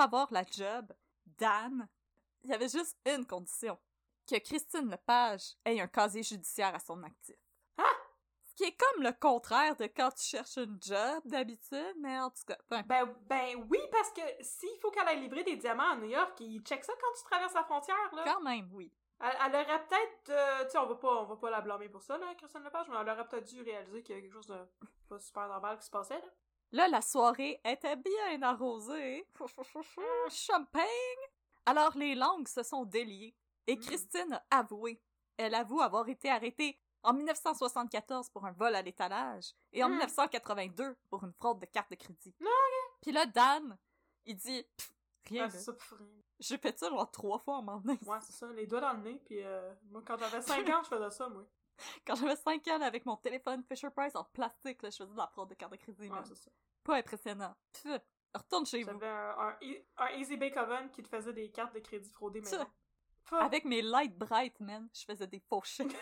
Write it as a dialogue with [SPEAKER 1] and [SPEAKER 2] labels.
[SPEAKER 1] avoir la job, Dan, il y avait juste une condition. Que Christine Lepage ait un casier judiciaire à son actif.
[SPEAKER 2] Ah!
[SPEAKER 1] Ce qui est comme le contraire de quand tu cherches une job d'habitude, mais en tout cas, peu importe.
[SPEAKER 2] Ben, ben oui, parce que s'il faut qu'elle aille livrer des diamants à New York, il check ça quand tu traverses la frontière, là.
[SPEAKER 1] quand même, oui.
[SPEAKER 2] Elle, elle aurait peut-être, euh, tu sais, on va pas, on va pas la blâmer pour ça, là, Christine Lepage, mais elle aurait peut-être dû réaliser qu'il y avait quelque chose de pas super normal qui se passait, là.
[SPEAKER 1] Là, la soirée était bien arrosée. Fou, fou, fou, fou. Champagne! Alors, les langues se sont déliées. Et
[SPEAKER 2] Mm.
[SPEAKER 1] Christine a avoué. Elle avoue avoir été arrêtée en 1974 pour un vol à l'étalage et en
[SPEAKER 2] Mm.
[SPEAKER 1] 1982 pour une fraude de carte de crédit.
[SPEAKER 2] Non,
[SPEAKER 1] Puis là, Dan, il dit Pff, rien.
[SPEAKER 2] Ah,
[SPEAKER 1] là.
[SPEAKER 2] c'est ça, pff, rien.
[SPEAKER 1] J'ai fait ça genre trois fois en m'en venant ici.
[SPEAKER 2] Ouais, c'est ça, les doigts dans le nez, puis euh, moi, quand j'avais 5 ans, je faisais ça, moi.
[SPEAKER 1] Quand j'avais 5 ans là, avec mon téléphone Fisher Price en plastique, là, je faisais de la fraude de carte de crédit.
[SPEAKER 2] Ouais,
[SPEAKER 1] man.
[SPEAKER 2] c'est ça.
[SPEAKER 1] Pas impressionnant. Pff, retourne chez vous.
[SPEAKER 2] J'avais un, un, E- un Easy Bake Oven qui te faisait des cartes de crédit fraudées, mais
[SPEAKER 1] Ça.
[SPEAKER 2] non. Pas-
[SPEAKER 1] Avec mes light bright, man, je faisais des faux chèques.